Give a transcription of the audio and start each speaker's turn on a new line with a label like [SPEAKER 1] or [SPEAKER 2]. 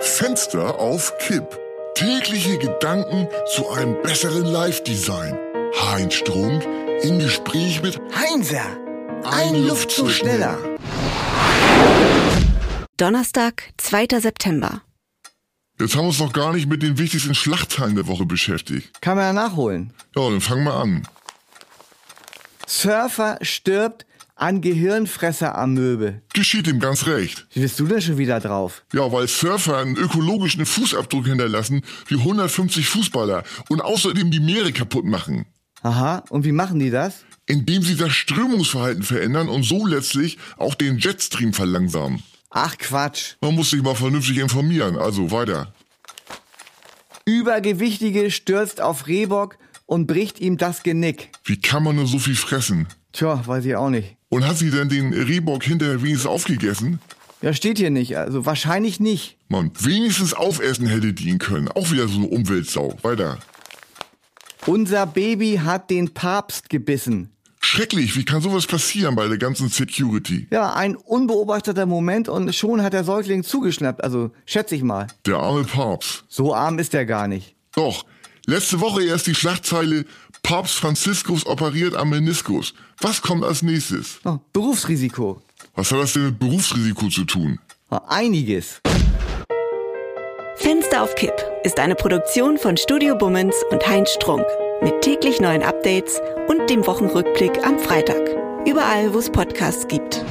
[SPEAKER 1] Fenster auf Kipp. Tägliche Gedanken zu einem besseren Live-Design. Heinz Strunk im Gespräch mit
[SPEAKER 2] Heinzer, ein Luftzug ne? schneller.
[SPEAKER 3] Donnerstag, 2. September.
[SPEAKER 1] Jetzt haben wir uns noch gar nicht mit den wichtigsten Schlachtteilen der Woche beschäftigt.
[SPEAKER 2] Kann man ja nachholen.
[SPEAKER 1] Ja, dann fangen wir an.
[SPEAKER 2] Surfer stirbt an Gehirnfresser Amöbe.
[SPEAKER 1] Geschieht ihm ganz recht.
[SPEAKER 2] Wie bist du denn schon wieder drauf?
[SPEAKER 1] Ja, weil Surfer einen ökologischen Fußabdruck hinterlassen, wie 150 Fußballer und außerdem die Meere kaputt machen.
[SPEAKER 2] Aha, und wie machen die das?
[SPEAKER 1] Indem sie das Strömungsverhalten verändern und so letztlich auch den Jetstream verlangsamen.
[SPEAKER 2] Ach Quatsch.
[SPEAKER 1] Man muss sich mal vernünftig informieren, also weiter.
[SPEAKER 2] Übergewichtige stürzt auf Rehbock und bricht ihm das Genick.
[SPEAKER 1] Wie kann man nur so viel fressen?
[SPEAKER 2] Tja, weiß ich auch nicht.
[SPEAKER 1] Und hat sie denn den Rehbock hinterher wenigstens aufgegessen?
[SPEAKER 2] Ja, steht hier nicht. Also wahrscheinlich nicht.
[SPEAKER 1] Mann, wenigstens aufessen hätte die ihn können. Auch wieder so eine Umweltsau. Weiter.
[SPEAKER 2] Unser Baby hat den Papst gebissen.
[SPEAKER 1] Schrecklich, wie kann sowas passieren bei der ganzen Security?
[SPEAKER 2] Ja, ein unbeobachteter Moment und schon hat der Säugling zugeschnappt. Also schätze ich mal.
[SPEAKER 1] Der arme Papst.
[SPEAKER 2] So arm ist er gar nicht.
[SPEAKER 1] Doch, letzte Woche erst die Schlagzeile Papst Franziskus operiert am Meniskus. Was kommt als nächstes?
[SPEAKER 2] Oh, Berufsrisiko.
[SPEAKER 1] Was hat das denn mit Berufsrisiko zu tun?
[SPEAKER 2] Oh, einiges.
[SPEAKER 3] Fenster auf Kipp ist eine Produktion von Studio Bummens und Heinz Strunk. Mit täglich neuen Updates und dem Wochenrückblick am Freitag. Überall, wo es Podcasts gibt.